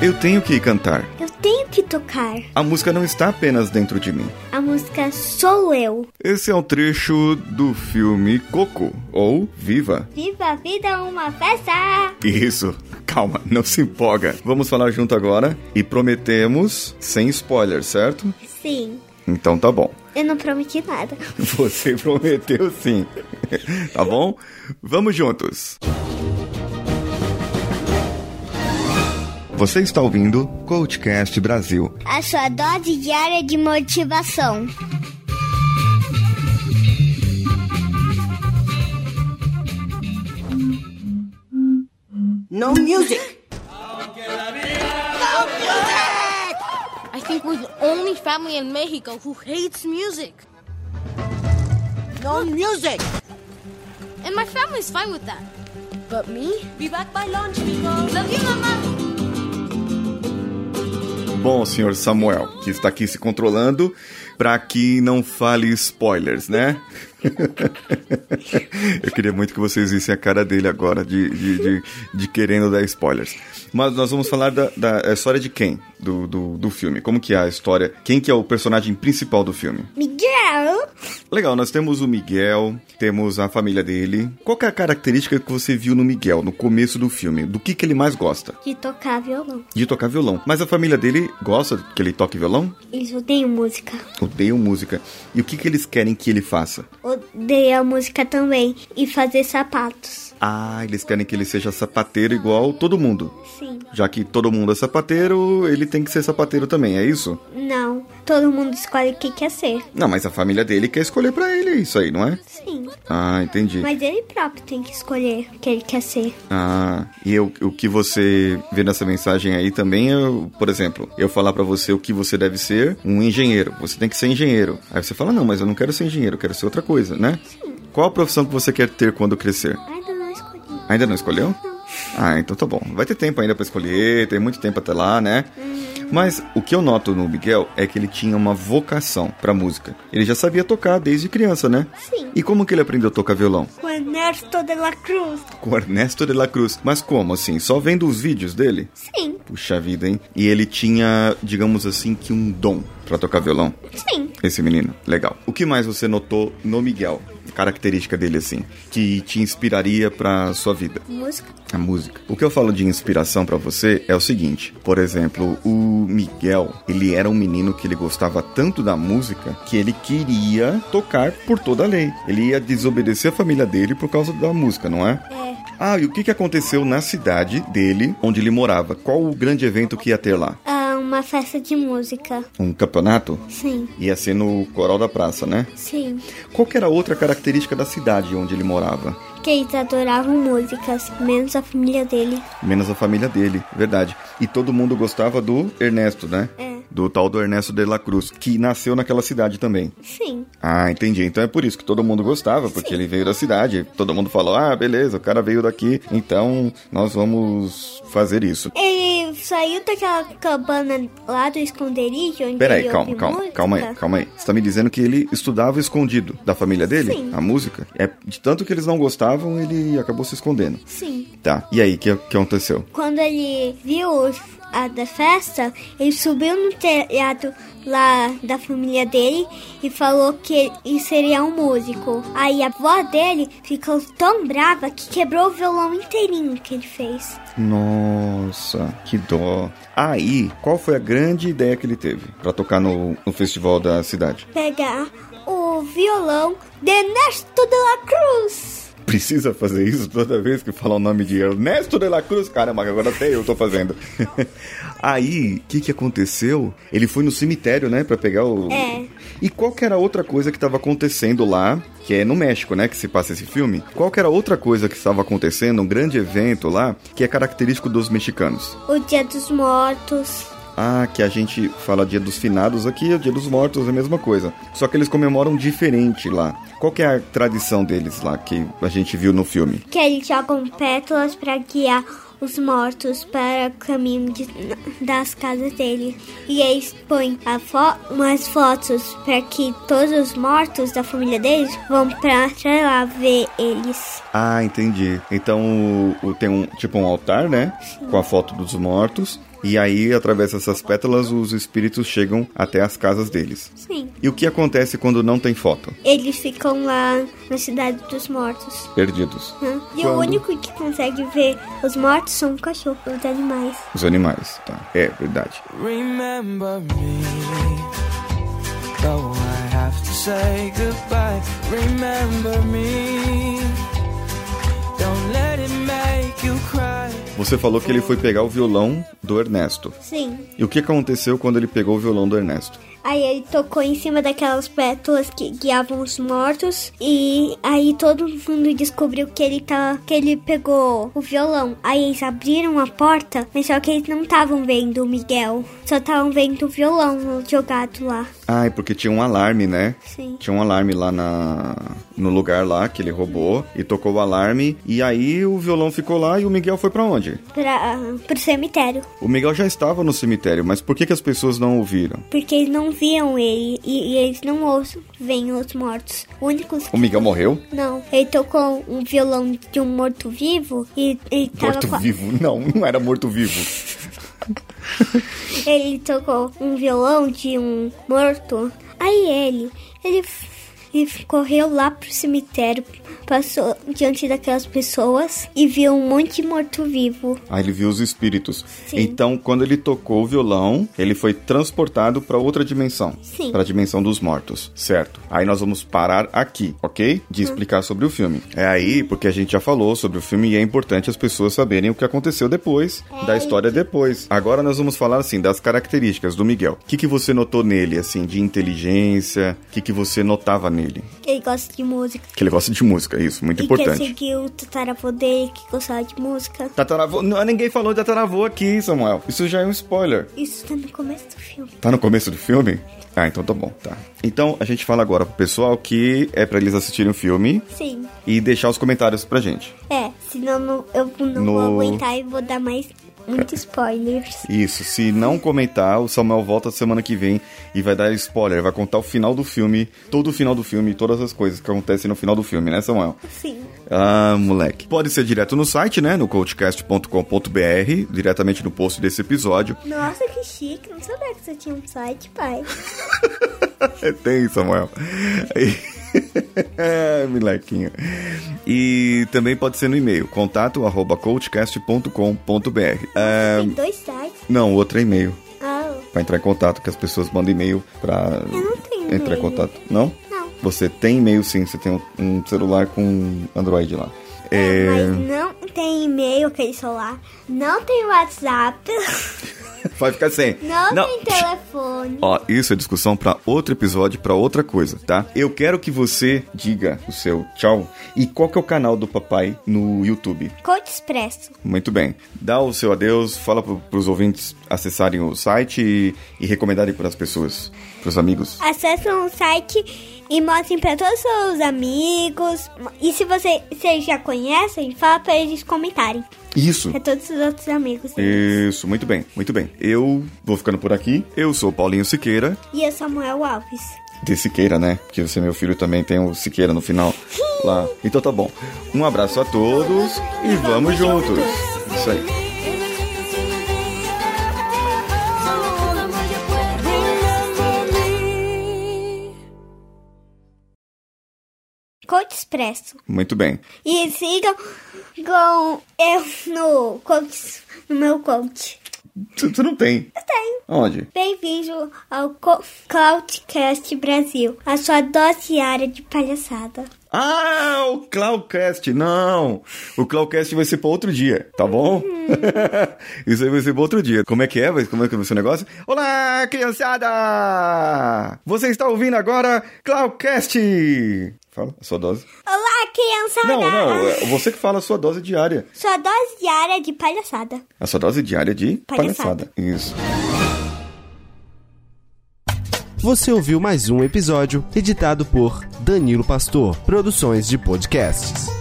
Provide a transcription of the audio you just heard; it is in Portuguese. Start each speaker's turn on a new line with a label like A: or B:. A: Eu tenho que cantar.
B: Eu tenho que tocar.
A: A música não está apenas dentro de mim.
B: A música sou eu.
A: Esse é um trecho do filme Coco, ou Viva.
B: Viva a vida, uma festa!
A: Isso. Calma, não se empolga. Vamos falar junto agora e prometemos sem spoiler, certo?
B: Sim,
A: Então tá bom.
B: eu não prometi nada.
A: Você prometeu sim. tá bom? Vamos juntos. Você está ouvindo Coachcast Brasil.
B: A sua dose diária de motivação.
C: No music.
D: I think we're the only family in Mexico who hates music.
C: No music.
D: And my family's fine with that. But me? Be back by lunch, Vico. Love you, Mama.
A: Bom, senhor Samuel, que está aqui se controlando para que não fale spoilers, né? Eu queria muito que vocês vissem a cara dele agora de, de, de, de querendo dar spoilers. Mas nós vamos falar da, da é, história de quem? Do, do, do filme. Como que é a história? Quem que é o personagem principal do filme?
B: Miguel!
A: Legal, nós temos o Miguel, temos a família dele. Qual que é a característica que você viu no Miguel, no começo do filme? Do que, que ele mais gosta?
B: De tocar violão.
A: De tocar violão. Mas a família dele gosta que ele toque violão?
B: Eles odeiam música.
A: Odeiam música. E o que, que eles querem que ele faça?
B: Odeiam música também. E fazer sapatos.
A: Ah, eles querem que ele seja sapateiro igual todo mundo.
B: Sim.
A: Já que todo mundo é sapateiro, ele tem que ser sapateiro também, é isso?
B: Não. Todo mundo escolhe o que quer ser.
A: Não, mas a família dele quer escolher pra ele isso aí, não é?
B: Sim.
A: Ah, entendi.
B: Mas ele próprio tem que escolher o que ele quer ser.
A: Ah, e eu- o que você vê nessa mensagem aí também, eu, por exemplo, eu falar pra você o que você deve ser, um engenheiro. Você tem que ser engenheiro. Aí você fala, não, mas eu não quero ser engenheiro, eu quero ser outra coisa, né? Sim. Qual a profissão que você quer ter quando crescer?
B: Ainda não escolhi.
A: Ainda não escolheu?
B: Não.
A: Ah, então tá bom. Vai ter tempo ainda pra escolher, tem muito tempo até lá, né? Mas o que eu noto no Miguel é que ele tinha uma vocação pra música. Ele já sabia tocar desde criança, né?
B: Sim.
A: E como que ele aprendeu a tocar violão?
B: O Ernesto de la Cruz.
A: Com o Ernesto de la Cruz. Mas como assim? Só vendo os vídeos dele?
B: Sim,
A: Puxa vida, hein? E ele tinha, digamos assim, que um dom pra tocar violão.
B: sim.
A: Esse menino, legal. O que mais você notou no Miguel? Característica dele assim, que te inspiraria pra sua vida?
B: Música.
A: A música. O que eu falo de inspiração pra você é o seguinte, por exemplo, o Miguel, ele era um menino que ele gostava tanto da música que ele queria tocar por toda a lei. Ele ia desobedecer a família dele por causa da música, não é?
B: É.
A: Ah, e o que que aconteceu na cidade dele, onde ele morava? Qual o grande evento que ia ter lá?
B: Ah, uma festa de música.
A: Um campeonato?
B: Sim,
A: Ia ser no Coral da Praça, né?
B: sim.
A: Qual que era a outra característica da cidade onde ele morava?
B: Que eles adoravam músicas, menos a família dele.
A: Menos a família dele, verdade. E todo mundo gostava do Ernesto, né?
B: É.
A: Do tal do Ernesto de la Cruz, que nasceu naquela cidade também.
B: Sim,
A: Ah, entendi. Então é por isso que todo mundo gostava, porque ele veio da cidade. Todo mundo falou: ah, beleza, o cara veio daqui, então nós vamos fazer isso.
B: Ele saiu daquela cabana lá do esconderijo onde
A: Peraí,
B: ele
A: calma,
B: ouve
A: calma,
B: música.
A: calma aí, calma aí. Você tá me dizendo que ele estudava escondido da família dele?
B: Sim.
A: A música? É, de tanto que eles não gostavam, ele acabou se escondendo.
B: Sim.
A: Tá, e aí, o que, que aconteceu?
B: Quando ele viu a da festa, ele subiu no telhado lá da família dele e falou que ele seria um músico. Aí a avó dele ficou tão brava que quebrou o violão inteirinho que ele fez.
A: Nossa, que dó. Aí, qual foi a grande ideia que ele teve pra tocar no, no festival da cidade?
B: Pegar o violão de Ernesto de la Cruz.
A: Precisa fazer isso toda vez que falar o nome de Ernesto de la Cruz? Caramba, agora até eu tô fazendo. Aí, o que que aconteceu? Ele foi no cemitério, né, Pra pegar o...
B: É.
A: E qual que era a outra coisa que tava acontecendo lá, que é no México, né, que se passa esse filme? Qual que era a outra coisa que estava acontecendo, um grande evento lá, que é característico dos mexicanos?
B: O Dia dos Mortos.
A: Ah, que a gente fala dia dos finados aqui, o dia dos mortos é a mesma coisa. Só que eles comemoram diferente lá. Qual que é a tradição deles lá que a gente viu no filme?
B: que eles jogam pétalas para guiar os mortos para o caminho de- das casas dele. E eles põem a fo umas fotos para que todos os mortos da família deles vão pra, pra lá ver eles.
A: Ah, entendi. Então o- o- tem um tipo um altar, né? Com a foto dos mortos. E aí, através dessas pétalas, os espíritos chegam até as casas deles.
B: Sim.
A: E o que acontece quando não tem foto?
B: Eles ficam lá na cidade dos mortos.
A: Perdidos.
B: né? E
A: Quando?
B: o único que consegue ver os mortos são o cachorro, os animais.
A: Os animais, tá? É verdade.
C: Remember me. Though I have to say goodbye, remember me. Don't let it make you cry.
A: Você falou que ele foi pegar o violão do Ernesto.
B: Sim.
A: E o que aconteceu quando ele pegou o violão do Ernesto?
B: Aí ele tocou em cima daquelas pétalas que guiavam os mortos. E aí todo mundo descobriu que ele, tá, que ele pegou o violão. Aí eles abriram a porta, mas só que eles não estavam vendo o Miguel. Só estavam vendo o violão jogado lá. assim,
A: Ah, é porque tinha um alarme, né?
B: Sim.
A: Tinha um alarme lá na no lugar lá que ele roubou e tocou o alarme e aí o violão ficou lá e o Miguel foi pra onde?
B: Pra, pro cemitério.
A: O Miguel já estava no cemitério, mas por que, que as pessoas não ouviram?
B: Porque eles não viam ele e, e eles não ouvem veem os mortos. Únicos
A: O Miguel morreu?
B: Não, ele tocou um violão de um morto-vivo e ele tava com a-
A: Morto-vivo? Não, não era morto-vivo.
B: ele tocou um violão de um morto. Aí ele, ele, f- ele f- correu lá pro cemitério, passou diante daquelas pessoas e viu um monte de morto-vivo.
A: Ah, ele viu os espíritos.
B: Sim.
A: Então, quando ele tocou o violão, ele foi transportado pra outra dimensão.
B: Sim.
A: Pra dimensão dos mortos, certo? Aí nós vamos parar aqui, ok?
B: Hum.
A: De explicar sobre o filme. É aí, porque a gente já falou sobre o filme e é importante as pessoas saberem o que aconteceu depois,
B: É
A: da história depois. Agora nós vamos falar, assim, das características do Miguel. O que, que você notou nele, assim, de inteligência? O que, que você notava nele?
B: Ele gosta de música.
A: Que ele gosta de música, isso, muito
B: E quer
A: importante. Tá.
B: seguir o tataravô dele que gostava de música.
A: Tataravô, não, ninguém falou de tataravô aqui, Samuel. Isso já é um spoiler.
B: Isso tá no começo do filme.
A: Tá no começo do filme? Ah, então tá bom, tá. Então a gente fala agora pro pessoal que é pra eles assistirem o filme
B: Sim.
A: e deixar os comentários pra gente.
B: É, senão não- eu não
A: No- É.
B: vou aguentar e vou dar mais muitos spoilers.
A: Isso, se não comentar, o Samuel volta semana que vem e vai dar spoiler, vai contar o final do filme, todo o final do filme, todas as coisas que acontecem no final do filme, né, Samuel?
B: Sim.
A: Ah, moleque. Pode ser direto no site, né, no coachcast.com.br, diretamente no post desse episódio.
B: Nossa, que chique. Não sabia que você tinha um site, pai.
A: É, Tem, Samuel. E- É, molequinho. E também pode ser no e-mail, contato arroba coachcast.com.br. É,
B: Tem dois sites.
A: não, outro é e-mail.
B: Ah,
A: Pra entrar em contato, que as pessoas mandam e-mail pra
B: eu não tenho
A: entrar em
B: e-mail.
A: contato. Não?
B: Não.
A: Você tem e-mail sim, você tem um, um celular com Android lá. É,
B: Mas não tem e-mail, aquele celular. Não tem WhatsApp.
A: vai ficar sem.
B: Ah. Não, tem telefone.
A: Ó, isso é discussão pra outro episódio, pra outra coisa, tá? Eu quero que você diga o seu tchau e qual que é o canal do papai no YouTube.
B: Coach Expresso.
A: Muito bem. Dá o seu adeus, fala pro, pros ouvintes acessarem o site e, e recomendarem pras pessoas, pros amigos.
B: Acessam o um site e mostrem pra todos os seus amigos. E se você, se eles já conhecem, fala pra eles comentarem.
A: Isso.
B: Pra todos os outros amigos.
A: Isso, muito bem, muito bem. Eu vou ficando por aqui. Eu sou o Paulinho Siqueira.
B: E eu, Samuel Alves.
A: De Siqueira, né? Porque você, meu filho, também tem o Siqueira no final lá. Então tá bom. Um abraço a todos e vamos juntos. Isso aí.
B: Coach Expresso.
A: Muito bem.
B: E sigam com eu no coach, no meu coach.
A: Você não tem.
B: Eu tenho.
A: Onde?
B: Bem-vindo ao Co- Cloudcast Brasil, a sua dose diária de palhaçada.
A: Ah, o Clawcast. Não. O Clawcast vai ser pra outro dia, tá bom? Isso aí vai ser pra outro dia. Como é que é? Vai- Como é que vai ser o negócio? Olá, criançada! Você está ouvindo agora Clawcast. Fala a sua dose.
B: Olá, criançada!
A: Não, não. é Você que fala a sua dose diária.
B: Sua dose diária de palhaçada.
A: A sua dose diária de palhaçada.
B: Palhaçada.
A: Isso.
E: Você ouviu mais um episódio editado por Danilo Pastor, Produções de Podcasts.